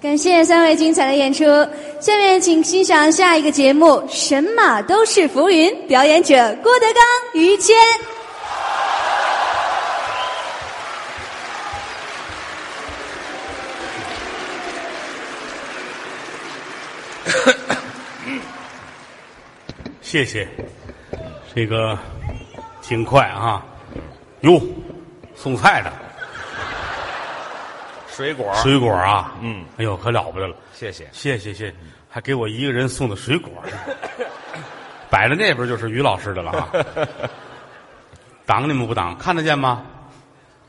感谢三位精彩的演出。下面请欣赏下一个节目《神马都是浮云》，表演者郭德纲、于谦。谢谢，这个挺快啊！哟，送菜的水果，水果啊，嗯，哎呦，可了不得了！谢谢。谢谢谢，还给我一个人送的水果， 摆在那边就是于老师的了啊！挡你们不挡？看得见吗？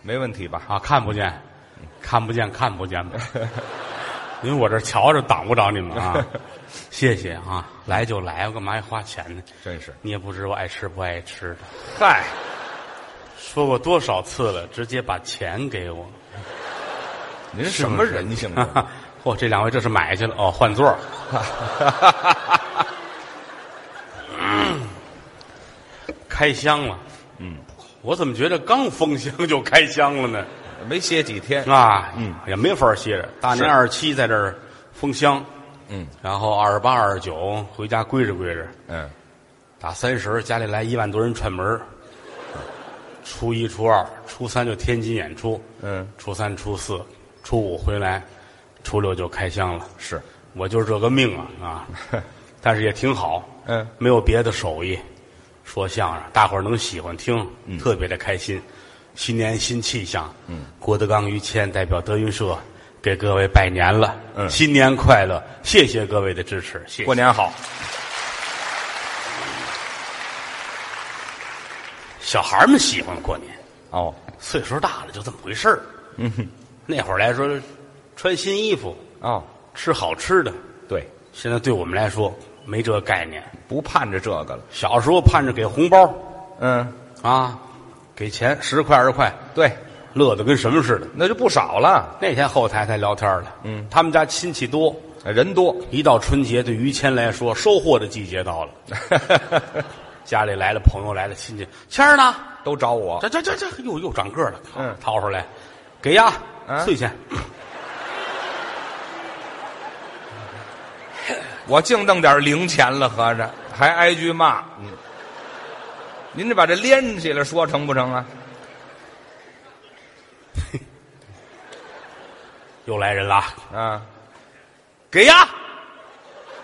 没问题吧？啊，看不见，看不见，看不见吧？因为我这瞧着挡不着你们啊！谢谢啊，来就来，我干嘛还花钱呢？真是，你也不知我爱吃不爱吃的，嗨，说过多少次了，直接把钱给我，您是什不么是人性哈 啊？哈嚯、这两位这是买去了哦，换座儿。 嗯开箱了，嗯，我怎么觉得刚封箱就开箱了呢？ 没歇几天，啊，嗯，也没法歇着。大年是二十七在这儿封箱，嗯然后二十八、二十九回家归置归置，嗯，打三十家里来一万多人串门儿初一、初二、初三就天津演出，嗯，初三、初四、初五回来，初六就开箱了。是，我就是这个命啊 啊！但是也挺好，嗯，没有别的手艺，说相声，大伙儿能喜欢听，嗯特别的开心。新年新气象，嗯，郭德纲、于谦代表德云社给各位拜年了，嗯新年快乐！谢谢各位的支持，谢谢。过年好，小孩儿们喜欢过年，哦，岁数大了就这么回事儿。嗯哼，那会儿来说，穿新衣服，哦，吃好吃的，对，现在对我们来说没这个概念。不盼着这个了，小时候盼着给红包嗯，啊，给钱十块二十块，对，乐得跟什么似的。那就不少了，那天后台才聊天了，嗯，他们家亲戚多，人 多，一到春节，对于谦来说，收获的季节到了，家里来了朋友来了亲戚，谦儿呢？都找我，这这这这又又长个儿了，嗯掏出来，给呀，啊碎钱，我净弄点零钱了，合着还挨句骂，嗯，您这把这连起来说成不成啊？又来人了啊，啊，给呀，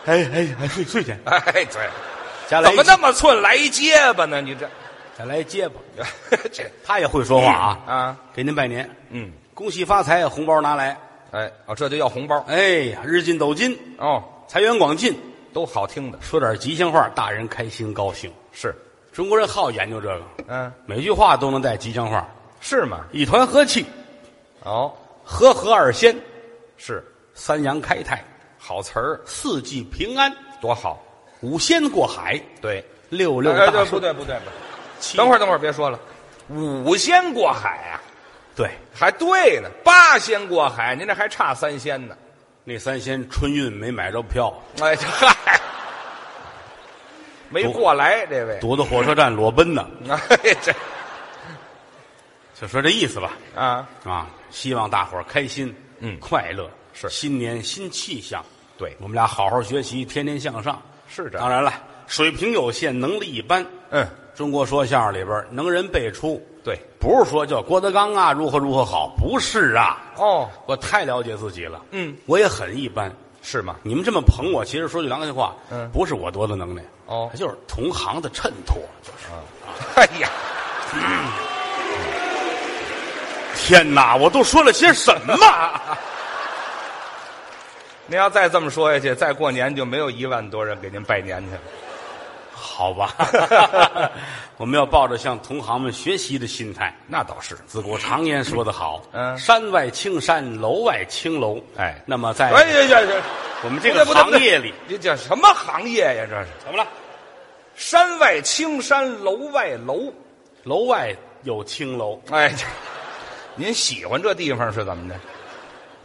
哎哎哎，碎碎钱，哎，对，再来怎一么那么寸来一结巴呢？你 这，再来一结巴，这他也会说话啊啊，给您拜年，嗯，恭喜发财，红包拿来，哎，哦，这就要红包，哎呀，日进斗金，哦，财源广进，都好听的，说点吉祥话，大人开心高兴。是，中国人好研究这个，嗯，每句话都能带吉祥话，是吗？一团和气，哦，和和二仙，是三阳开泰，好词儿，四季平安，多好。五仙过海，对，六六哎，大对，顺不。对，不对，不对。七等会儿，等会儿，别说了。五仙过海啊，对，还对呢。八仙过海，您这还差三仙呢。那三仙春运没买着票，哎，这嗨，没过来这位。堵到火车站裸奔呢，哎，这就说这意思吧。啊，啊，希望大伙儿开心，嗯快乐是新年新气象。对我们俩好好学习，天天向上。是这样当然了，水平有限，能力一般。嗯，中国说相声里边儿能人辈出，对，不是说叫郭德纲啊如何如何好，不是啊。哦，我太了解自己了，嗯，我也很一般。是吗？你们这么捧我，其实说句良心话，嗯不是我多大能耐，哦就是同行的衬托，就是。哎呀，天哪，我都说了些什么？啊您要再这么说下去，再过年就没有一万多人给您拜年去了。好吧， 我们要抱着向同行们学习的心态。那倒是，自古常言说得好，嗯山外青山，楼外青楼。哎那么在哎呀呀呀，我们不这对个不对行不对业里，这叫什么行业呀？这是怎么了？山外青山楼外楼。楼外有青楼，哎，这您喜欢这地方是怎么的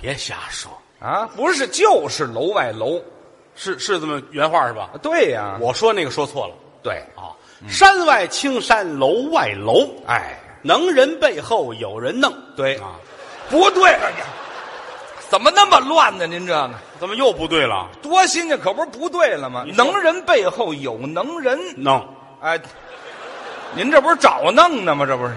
别瞎说，啊？不是，就是楼外楼。是是这么原话是吧？对呀、我说那个说错了对，啊，山外青山，楼外楼，哎，能人背后有人弄。对啊，不对，哎呀，怎么那么乱呢？您这个怎么又不对了？多新鲜，可不是不对了吗？能人背后有能人，弄，哎，您这不是找弄呢吗？这不是，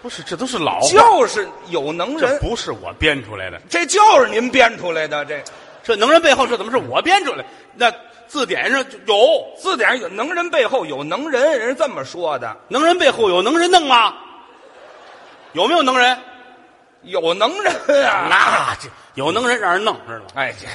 不是，这都是哦老话，就是有能这人，不是我编出来的。这就是您编出来的。这这能人背后这怎么是我编出来？那字典上就有字典上有能人背后有能人，人是这么说的。能人背后有能人弄吗？有没有能人？有能人啊！ 那这有能人让人弄知道吗？哎，这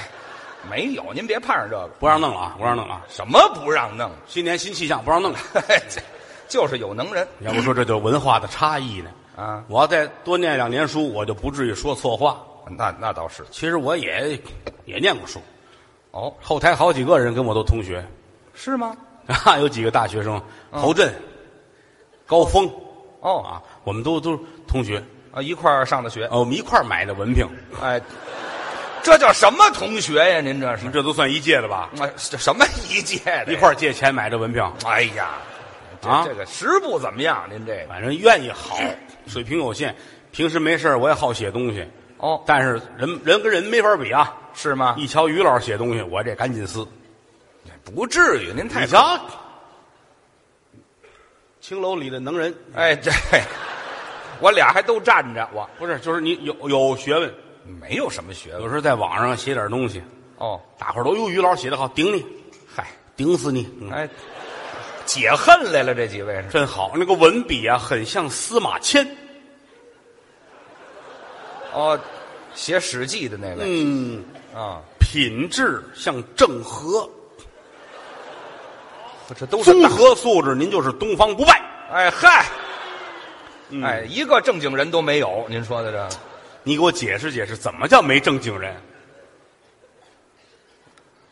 没有，您别盼着这个。不让弄了啊！不让弄了啊！什么不让弄？ 新年新气象，不让弄了。嘿这就是有能人要不说这就是文化的差异呢。啊！我要再多念两年书，我就不至于说错话。那那倒是其实我也也念过书，哦，后台好几个人跟我都同学 是吗？啊，有几个大学生，侯震、高峰哦啊，我们都都是同学，啊，一块儿上的学啊，，我们一块儿买的文凭，哎，这叫什么同学呀？您这是这都算一届的吧？哎，这什么一届的？一块儿借钱买的文凭，儿？哎呀，这、啊这个食不怎么样，您这个反正愿意好，水平有限。平时没事儿我也好写东西，哦，但是人人跟人没法比啊。是吗？一瞧于老师写东西，我这赶紧撕。不至于，您太你瞧，青楼里的能人，哎，这我俩还都站着，我不是就是你有有学问，没有什么学有问时候在网上写点东西，哦，大伙儿都哟，于老师写的好，顶你，嗨，顶死你，嗯哎，解恨来了，这几位是真好。那个文笔啊，很像司马迁。哦，写《史记》的那位嗯，啊，品质像郑和，这都是综大合素质您就是东方不败。哎嗨，嗯哎，，一个正经人都没有，您说的这个你给我解释解释，怎么叫没正经人？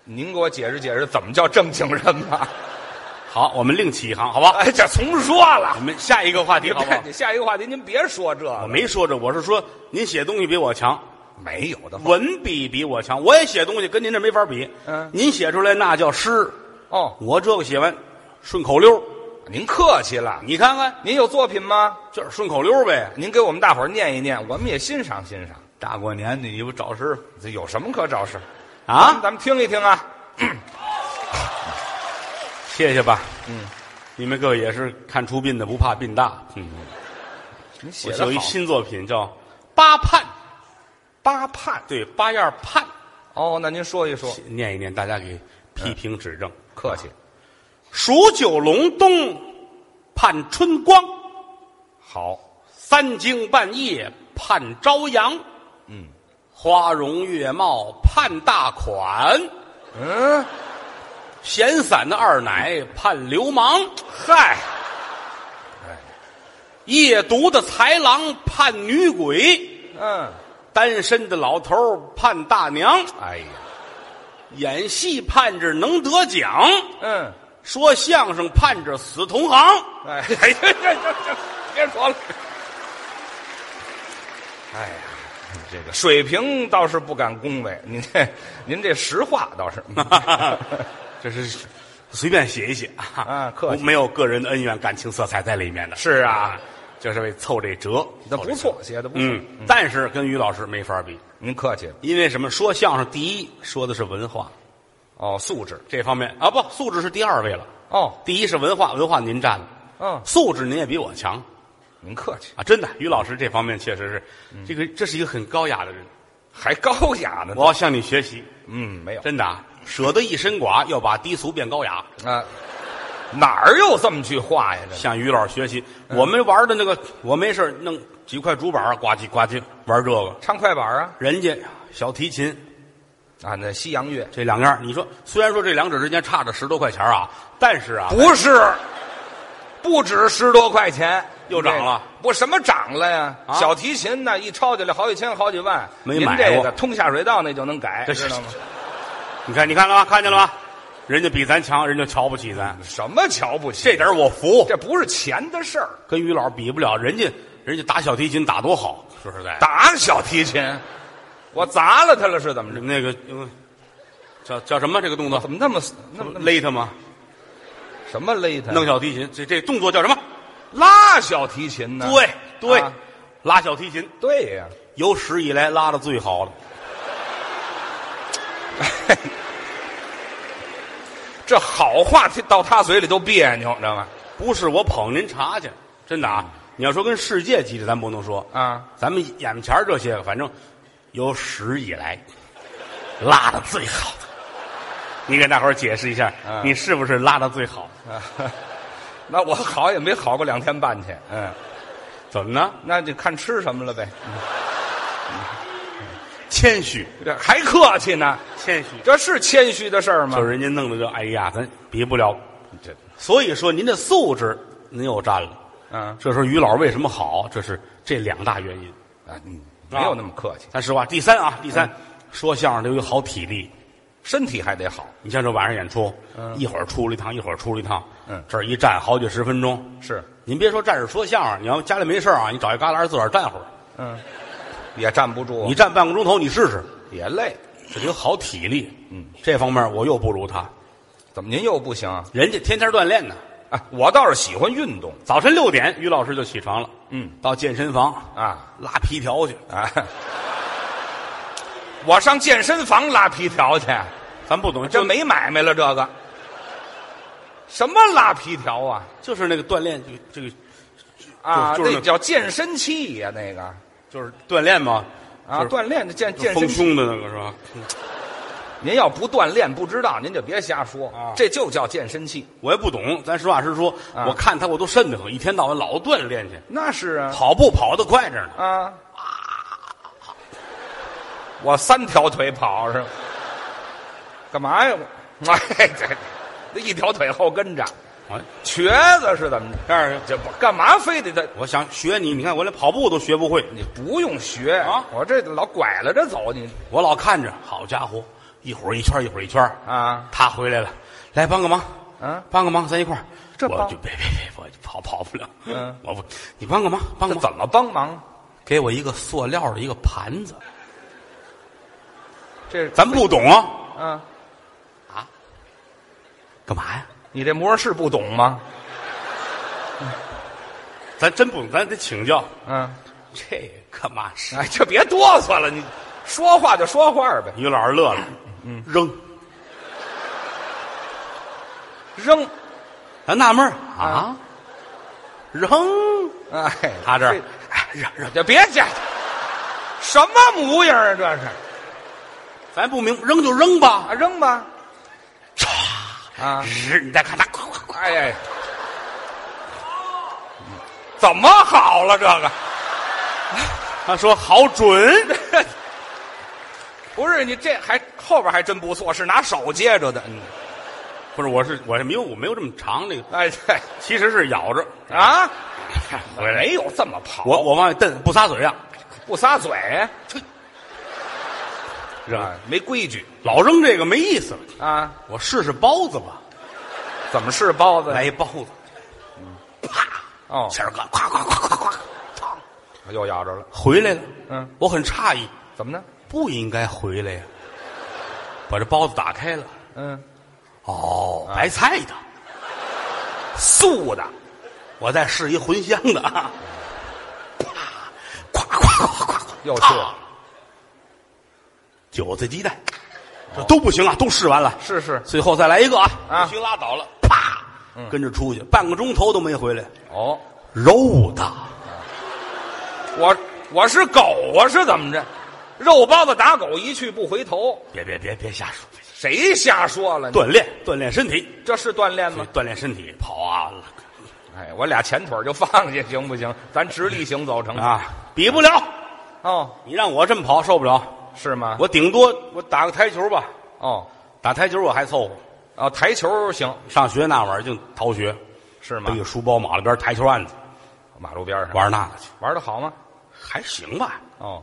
您给我解释解释，怎么叫正经人吧？ 好，我们另起一行，好吧？哎，这重说我了，们下一个话题您好不好？下一个话题，您别说这我个，没说这，我是说您写东西比我强，没有的话文笔比我强。我也写东西，跟您这没法比。嗯您写出来那叫诗，哦，我这个写完顺口溜，您客气了，你看看您有作品吗？就是顺口溜呗。您给我们大伙儿念一念，我们也欣赏欣赏。大过年的，你不找诗这有什么可找事？啊？咱们听一听啊。谢谢吧。嗯，你们各位也是看出殡的，不怕殡大。嗯，您我写的有一好，新作品叫《八盼》，八盼对，八样盼，哦，那您说一说，念一念，大家给批评指正。客气。嗯数九隆冬，盼春光；好，三更半夜盼朝阳。嗯，花容月貌盼大款，嗯，闲散的二奶盼流氓，嗨，夜读的豺狼盼女鬼，嗯，单身的老头儿盼大娘，哎呀，演戏盼着能得奖，嗯，说相声盼着死同行。哎， 哎呀，这这这，别说了。哎呀，这个水平倒是不敢恭维，您 这您这实话倒 是。 这是随便写一写啊客气没有个人的恩怨、感情色彩在里面的。是啊，就是为凑这折，那凑不这错折，写的不错。嗯，但是跟于老师没法比，您客气了因为什么？说相声第一说的是文化哦，素质这方面啊，不，素质是第二位了，哦，第一是文化，文化您占了，嗯，素质您也比我强您客气，啊，真的，于老师这方面确实是，嗯这个这是一个很高雅的人，还高雅呢。我要向你学习，嗯，没有真的啊，舍得一身剐，要把低俗变高雅，啊，哪儿有这么句话呀？这向于老师学习。我们玩的那个，我没事儿弄几块竹板儿呱唧呱唧玩这个。唱快板啊人家小提琴啊，那西洋乐这两样儿，你说虽然说这两者之间差着十多块钱儿啊，但是啊，不是，不止十多块钱，又涨了。不，什么涨了呀？啊小提琴呢，一抄起来好几千、好几万。没买您这过个通下水道那就能改，这知道吗？ 你看你看了吧，看见了吧，人家比咱强，人家瞧不起咱，什么瞧不起？这点儿我服。这不是钱的事儿。跟于老师比不了，人家人家打小提琴打多好，说实在，打小提琴，我砸了它了是怎么着？那个、嗯叫叫什么这个动作？怎么那么那么那么勒他吗？什么勒它？弄小提琴，这这动作叫什么？拉小提琴呢？对对啊，拉小提琴。对呀，有史以来拉的最好了。这好话听到他嘴里都别扭，知道吗？ 不是我捧您茶去，真的啊！你要说跟世界级的，咱不能说啊，咱们眼前这些个，反正有史以来拉的最好的。你给大伙儿解释一下，嗯你是不是拉的最好？那我好也没好过两天半去，嗯，怎么呢？那就看吃什么了呗。谦虚，这还客气呢？谦虚，这是谦虚的事儿吗就？人家弄的这，哎呀，咱比不了。这，所以说，您的素质您又占了。嗯这时候于老为什么好？这是这两大原因。啊，你没有那么客气，咱实话，第三啊，第三，说相声得有好体力。身体还得好。你像这晚上演出，一会儿出了一趟，一会儿出了一趟，嗯这儿一站好几十分钟。是，您别说站着说相声，你要家里没事儿啊，你找一旮旯自个儿站会儿，嗯，也站不住，你站半个钟头，你试试，也累。这得有好体力。嗯，这方面我又不如他，怎么您又不行啊？人家天天锻炼呢。啊，我倒是喜欢运动早晨六点，于老师就起床了，嗯，到健身房啊拉皮条去。啊！ 我上健身房拉皮条去，咱不懂，这就没买卖了，这个什么拉皮条啊就是那个锻炼，就这个啊，就是那叫健身器呀、那个就是锻炼嘛，就啊，是锻炼的健就健丰身器。胸的那个是吧？您要不锻炼不知道，您就别瞎说啊这就叫健身器。我也不懂，咱实话实说，啊我看他我都瘆得慌，一天到晚老锻炼去，那是啊跑步跑得快着呢。啊，我三条腿跑是吧？干嘛呀？我哎，这这一条腿后跟着，哎，瘸子是怎么着？这儿这不干嘛非得这？我想学你，你看我连跑步都学不会，你不用学啊我这老拐了着走，你我老看着，好家伙，一会儿一圈，一会儿一圈。啊他回来了，来帮个忙，啊，帮个忙，咱一块儿。这我帮就别别别，我就跑跑不了。嗯，我不，你帮个忙，帮个这忙，怎么帮忙？给我一个塑料的一个盘子？这咱不懂啊，啊，干嘛呀？你这模式不懂吗？咱真不懂，咱得请教。嗯、这干嘛是？哎，就别哆嗦了，你说话就说话呗，于老师乐了，扔。扔。咱纳闷儿啊，扔哎，他这儿，哎扔扔，这别介，什么模样啊？这是咱不明扔就扔吧。啊，扔吧唰啊！日，你再看他，咵咵咵哎呀，嗯怎么好了这个？他说好准，不是你这还后边还真不错，是拿手接着的。嗯， 不是，我是我是没有我没有这么长那个，哎对其实是咬着，啊，回来没有这么跑，我我往外蹬，不撒嘴啊，不撒嘴，扔，啊没规矩老扔这个没意思了，啊。哎我试试包子吧，怎么是包子？来一包子，嗯哦，谦儿哥，咵咵咵咵咵，嘡又咬着了。回来了，嗯，我很诧异，怎么呢？不应该回来呀，把这包子打开了，嗯，哦，白菜的，素的我再试一茴香的， 啊，咵咵咵咵咵，又去嘡了。韭菜鸡蛋，这都不行啊，都试完了，是是最后再来一个啊，嗯啊不行拉倒了，啪，跟着出去，半个钟头都没回来，哦，肉的，我我是狗啊，是怎么着？肉包子打狗，一去不回头。别别别别瞎说，谁瞎说了？，锻炼锻炼身体，这是锻炼吗？锻炼身体，嗯跑啊哎，我俩前腿就放下， 行不行？咱直立行走成吗？啊，比不了，哦，你让我这么跑受不了，是吗？我顶多我打个台球吧，哦打台球我还凑合，哦，台球行上学那会儿净逃学，是吗背？个书包马路边台球案子马路边上哎玩那个去，玩的好吗？还行吧，哦，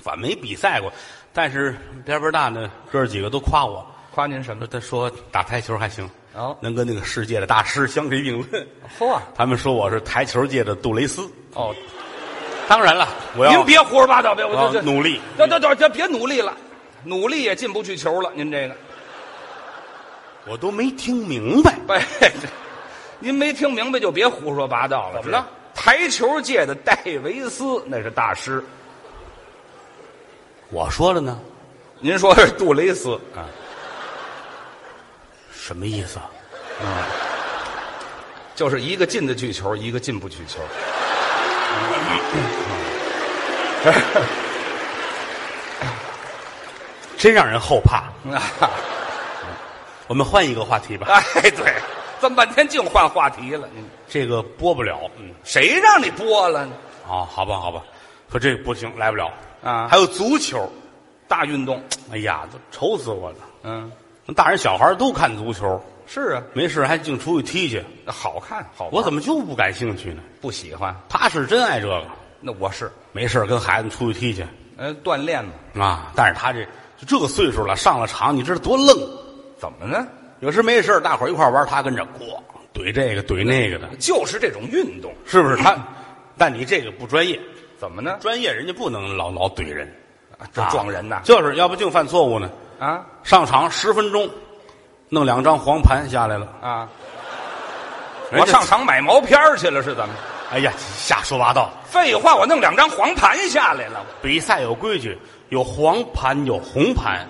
反正没比赛过，但是边边大那哥几个都夸我。夸您什说？么他说打台球还行，哦能跟那个世界的大师相提并论。嚯、他们说我是台球界的杜蕾斯，哦，当然了，我要您别胡说八道，别我我要这这努力。这这这这别努力了，努力也进不去球了。您这个，我都没听明白， 哎，这您没听明白就别胡说八道了。怎么了？台球界的戴维斯那是大师，我说了呢，您说是杜蕾斯，什么意思啊？就是一个进得去球，一个进不去球。真让人后怕。啊，我们换一个话题吧，哎，对，这么半天净换话题了，嗯这个播不了。嗯，谁让你播了呢？啊，好吧，好吧，说这个不行，来不了。啊还有足球，大运动，哎呀，都愁死我了。嗯，大人小孩都看足球，是啊，没事还净出去踢去，好看，好玩我怎么就不感兴趣呢？不喜欢？他是真爱这个，那我是，没事跟孩子出去踢去呃，锻炼嘛，啊。但是他这就这个岁数了，上了场，你知道多愣。怎么呢？有时没事大伙儿一块儿玩，他跟着咣怼这个怼那个的，就是这种运动，是不是他？但你这个不专业，怎么呢？专业人家不能老老怼人，啊这撞人呐！就是要不净犯错误呢。啊上场十分钟，弄两张黄盘下来了。啊！人我家上，场买毛片儿去了，是怎么？哎呀，瞎说八道。废话，我弄两张黄盘下来了，比赛有规矩，有黄盘，有红盘。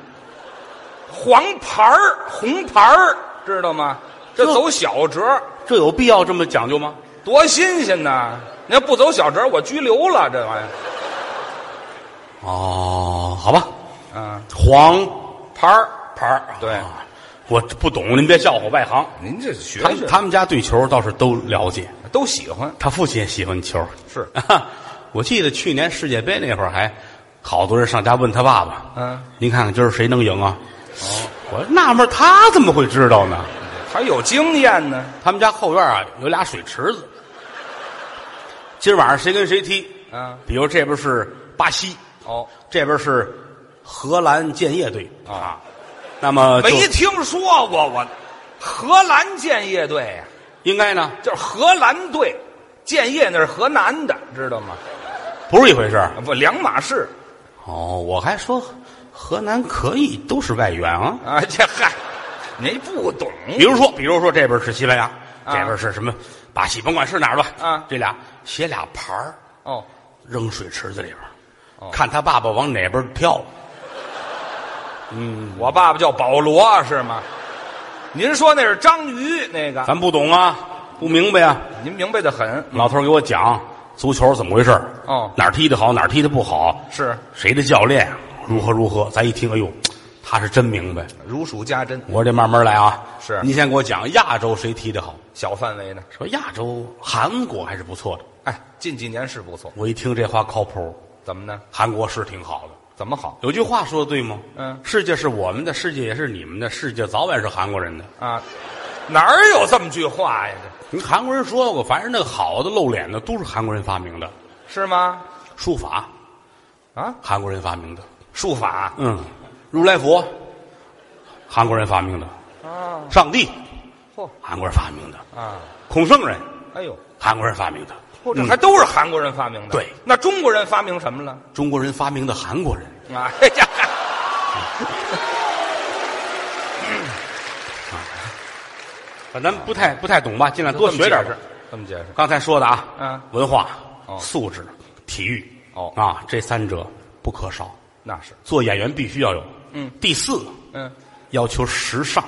黄牌儿、红牌儿，知道吗？这这走小折儿这有必要这么讲究吗？多新鲜呐！你要不走小折儿，我拘留了，这玩意哦，好吧，儿啊，黄牌儿。牌儿。对啊我不懂，您别笑话，外行。您这学他们他们家对球倒是都了解，都喜欢，他父亲也喜欢球。是我记得去年世界杯那会儿还好多人上家问他爸爸，嗯，您看看今儿谁能赢啊？我纳闷他怎么会知道呢？他有经验呢。他们家后院啊有俩水池子，今儿晚上谁跟谁踢？啊，比如这边是巴西，哦，这边是荷兰建业队啊，那么就没听说过我，荷兰建业队呀、应该呢就是荷兰队，建业那是河南的，知道吗？不是一回事儿啊不，两码事哦，我还说河南可以都是外援啊。啊！这嗨，您不懂比如说，比如说这边是西班牙，啊这边是什么巴西，甭管是哪儿吧，啊这俩写俩牌儿哦，扔水池子里边儿，哦看他爸爸往哪边飘。我爸爸叫保罗是吗？您说那是章鱼那个，咱不懂啊，不明白啊。您明白的很老头儿给我讲足球怎么回事儿哦哪儿踢得好，哪儿踢得不好，是谁的教练如何如何。咱一听，哎呦，他是真明白。如数家珍。我说这慢慢来啊。是您先给我讲亚洲谁踢得好？小范围呢，说亚洲韩国还是不错的。哎，近几年是不错，我一听这话靠谱，怎么呢？韩国是挺好的。怎么好有句话说的对吗？嗯世界是我们的，世界也是你们的，世界早晚是韩国人的。啊？哪儿有这么句话呀？这你韩国人说过，凡是那个好的、露脸的，都是韩国人发明的。是吗？书法，啊，韩国人发明的。书法嗯，如来佛，韩国人发明的。啊，上帝，嚯韩国人发明的。啊，孔圣人，哎呦，韩国人发明的。嚯，这嗯还都是韩国人发明的。对那中国人发明什么了？中国人发明的韩国人。啊， 哎呀，咱咱不太不太懂吧，尽量多学点这儿么解释。这么解释刚才说的啊，嗯文化、哦素质、体育，哦啊，这三者不可少。那是，做演员必须要有。嗯，第四嗯，要求时尚，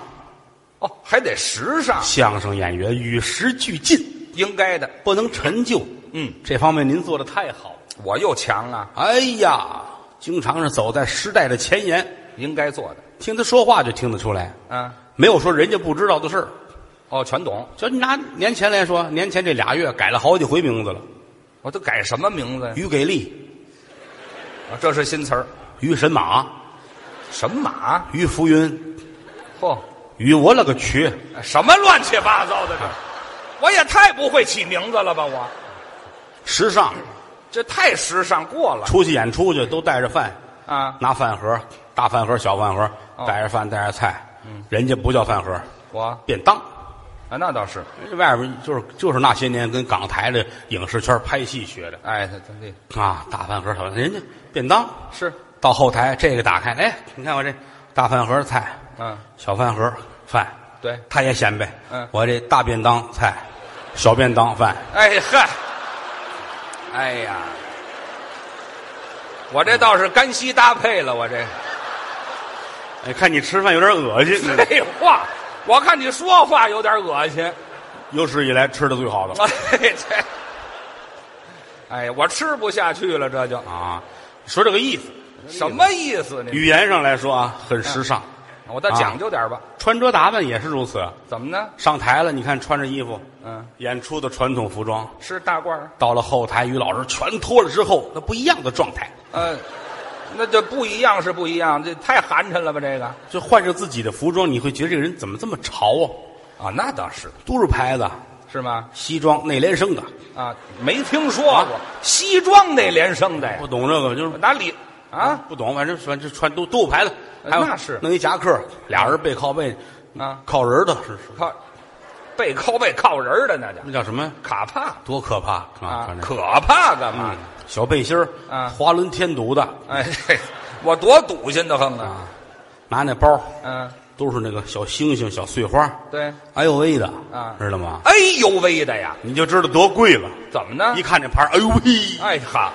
哦，还得时尚，相声演员与时俱进，应该的。不能陈旧。嗯，这方面您做的太好了。我又强啊，哎呀，经常是走在时代的前沿，应该做的。听他说话就听得出来，啊，没有说人家不知道的事儿。哦，全懂。就拿年前来说，年前这俩月改了好几回名字了，我都哦改什么名字呀？于给力、啊这是新词儿，于神马、神马？于浮云、嚯，于我勒个去！什么乱七八糟的这？我也太不会起名字了吧！我时尚，这太时尚过了出去演出去都带着饭，啊！拿饭盒，大饭盒、小饭盒，哦带着饭带着菜，人家不叫饭盒，我啊，便当。那倒是，人家外边就是就是那些年跟港台的影视圈拍戏学的哎，他他这啊，大饭盒小饭盒人家便当是，到后台这个打开，哎，你看我这大饭盒菜，嗯，小饭盒饭，对他也显摆，嗯我这大便当菜，小便当饭，哎嗨，哎呀，我这倒是干稀搭配了，我这哎，看你吃饭有点恶心，废话，哎我看你说话有点恶心。 有史以来吃的最好的哎，这， 哎，我吃不下去了，这就啊！说这个意思，什么意思啊呢？语言上来说啊，很时尚，我倒讲究点吧，穿着打扮也是如此。怎么呢？上台了，你看穿着衣服，嗯，演出的传统服装，是大褂儿，到了后台，于老师全脱了之后，那不一样的状态，嗯、那就不一样是不一样，这太寒碜了吧？这个就换着自己的服装，你会觉得这个人怎么这么潮啊？啊，那倒是，都是牌子，是吗？西装内联升的，啊，没听说过、西装那连升的呀不，懂这个就是哪里啊？不懂，反正反正穿都都有牌子，呃还有那是弄一夹克，俩人背靠背，啊靠人的是是靠背靠背靠人儿的那叫那叫什么？卡帕多可怕啊！啊看，这可怕干嘛嗯？小背心儿啊华伦天赌的，哎，嘿我多堵心的慌啊！拿那包嗯、都是那个小星星、小碎花，对，哎呦喂的啊知道吗？哎呦喂的呀，你就知道多贵了。怎么呢一？看这牌儿，哎呦喂，哎哈，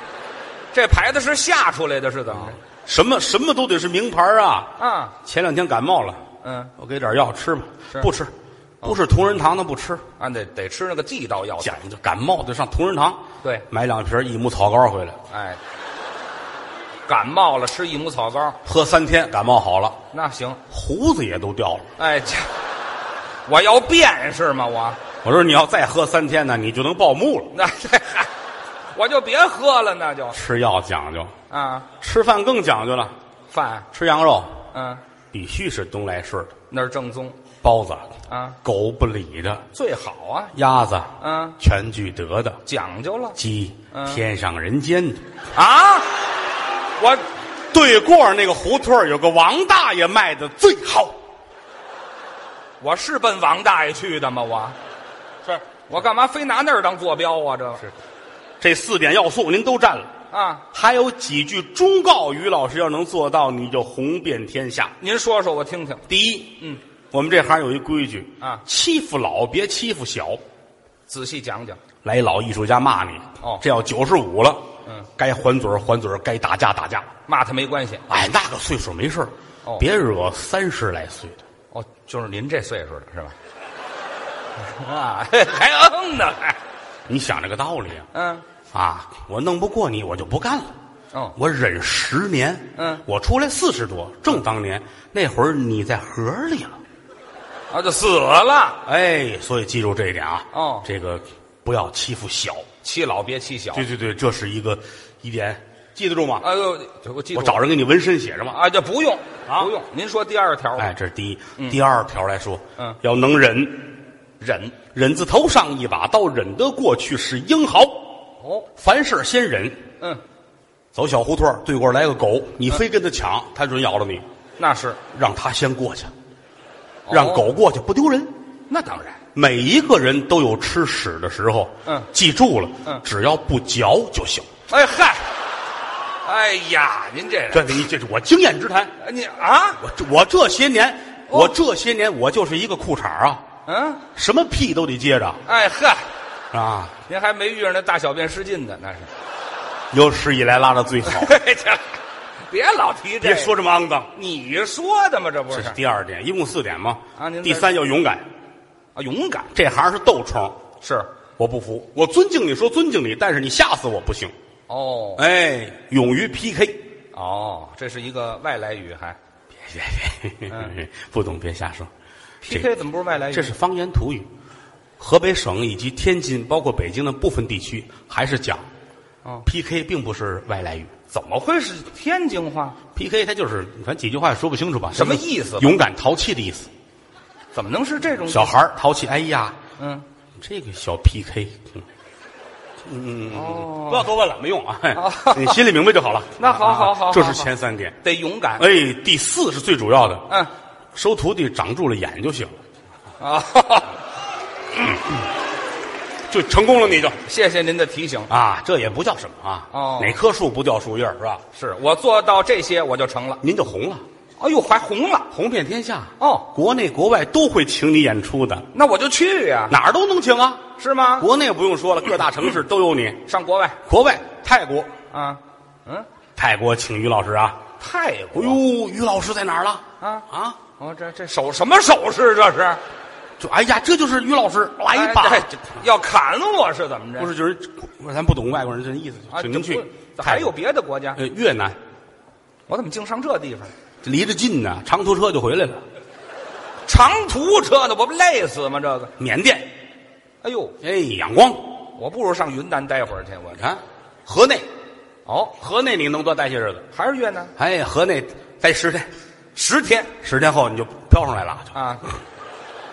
这牌子是吓出来的，是怎么着？什么什么都得是名牌儿啊！啊，前两天感冒了，嗯，我给点药吃吧是，不吃，不是同仁堂的不吃，啊，得得吃那个地道药材。讲究感冒得上同仁堂，对买两瓶益母草膏回来，哎，感冒了吃益母草膏，喝三天，感冒好了，那行。胡子也都掉了。哎，这我要变是吗？我我说你要再喝三天呢，你就能报幕了。那这嗨我就别喝了，那就吃药讲究，啊，吃饭更讲究了，饭吃羊肉嗯，必须是东来顺的，那是正宗包子、啊，狗不理的，最好啊，鸭子嗯，全聚德的，讲究了鸡嗯天上人间的。啊，我对过那个胡同儿有个王大爷卖的最好，我是奔王大爷去的吗？我是我干嘛非拿那儿当坐标啊？这是这四点要素您都占了。啊，还有几句忠告，于老师要能做到，你就红遍天下。您说说我听听。第一，嗯，我们这行有一规矩啊欺负老别欺负小。仔细讲讲。来一老艺术家骂你，哦这要九十五了，嗯，该还嘴儿还嘴儿，该打架打架。骂他没关系哎，那个岁数没事儿哦别惹三十来岁的。哦，就是您这岁数的是吧？ 啊，还嗯呢，还你想这个道理啊？嗯啊，我弄不过你，我就不干了。哦我忍十年，嗯我出来四十多，正当年那会儿你在河里了，啊，就死了。哎，所以记住这一点啊，哦这个不要欺负小，欺老别欺小。对对对，这是一个一点，记得住吗？哎呦，我记住我找人给你纹身写着吗？啊，这不用啊不用。您说第二条，哎，这是第一，第二条来说，嗯要能忍，忍忍字头上一把刀，忍得过去是英豪。哦，凡事先忍，嗯，走小胡同儿对过来个狗，你非跟他抢，他准咬了你，那是让他先过去，让狗过去不丢人。哦那当然每一个人都有吃屎的时候，嗯记住了，嗯只要不嚼就行。哎嗨，哎呀，您这人，这你这是我经验之谈。哎你啊，我这我这些年，哦我这些年我就是一个裤衩儿啊，嗯，什么屁都得接着哎嗨，啊。您还没遇上那大小便失禁的，那是。有史以来拉的最 好，嘿这 别老提这，别说这么肮脏。你说的吗？这不这是是第二点，一共四点嘛。啊您再第三要勇敢，啊，勇敢这行是斗虫，是我不服。我尊敬你说尊敬你，但是你吓死我不行。哦哎，勇于 PK，哦，这是一个外来语，还别别嗯别， 不懂别瞎说。 PK 怎么不是外来语？这是方言土语，河北省以及天津，包括北京的部分地区还是讲哦。 PK，并不是外来语。怎么会是天津话？ PK 它就是反正几句话也说不清楚吧？什么就是意思吧勇敢淘气的意思。怎么能是这种小孩儿淘气，哎呀，嗯这个小 PK，嗯哦不要多问了，没用 啊哦，你心里明白就好了。那好好好这好是好前三点。得勇敢。哎，第四是最主要的，嗯收徒弟长住了眼就行了，啊， 就成功了，你就谢谢您的提醒。啊，这也不叫什么啊，哦哪棵树不掉树叶儿是吧？是我做到这些我就成了。您就红了，哎呦，还红了红遍天下，哦，国内国外都会请你演出的，那我就去呀、哪儿都能请啊。是吗？国内不用说了，各大城市都有你，上国外国外泰国、啊，嗯，泰国请于老师啊！泰哎国呦，于老师在哪儿了？啊啊！哦，这这手什么手势？这是就哎呀，这就是于老师，来吧！哎这要砍了我是怎么着？不是，就是咱不懂外国人这意思，啊，请您去这不还有泰别的国家国？呃越南，我怎么净上这地方？离着近呢，长途车就回来了。长途车呢，我不累死吗？这个，缅甸，哎呦，哎，仰光，我不如上云南待会儿去。我你看，河内，哦，河内你能多待些日子。还是越南哎，河内待十天，十天十天后你就飘上来了。就啊，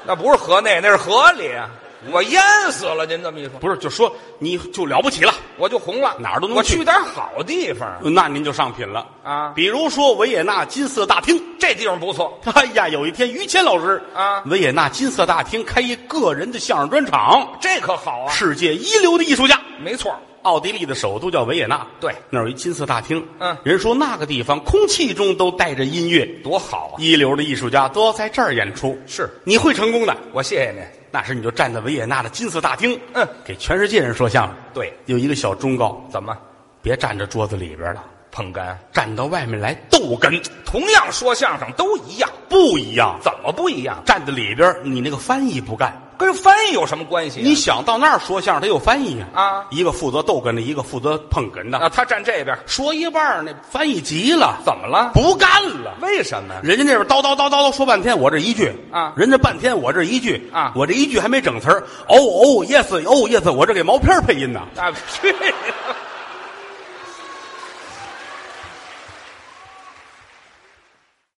那不是河内，那是河里啊！我淹死了，您这么一说，不是，就说你就了不起了，我就红了，哪儿都能我去去点好地方，那您就上品了啊比如说维也纳金色大厅。这地方不错。哎呀，有一天于谦老师啊维也纳金色大厅开一个人的相声专场，这可好啊，世界一流的艺术家。没错儿，奥地利的首都叫维也纳，对那儿有一金色大厅。嗯人说那个地方空气中都带着音乐，多好啊！一流的艺术家都要在这儿演出。是你会成功的。我谢谢您。那时你就站在维也纳的金色大厅，嗯给全世界人说相声。对，有一个小忠告：怎么别站着桌子里边了，捧哏？啊站到外面来逗哏，同样说相声都一样，不一样。怎么不一样？站在里边，你那个翻译不干。跟翻译有什么关系啊、你想到那儿说相声，他有翻译呀啊一个负责逗哏的，一个负责捧哏的。啊，他站这边，说一半儿那翻译急了，怎么了？不干了。为什么？人家那边叨叨叨叨叨说半天，我这一句啊人家半天我这一句啊我这一句还没整词儿，哦哦，yes，哦 yes，我这给毛片儿配音呢。啊，去你的！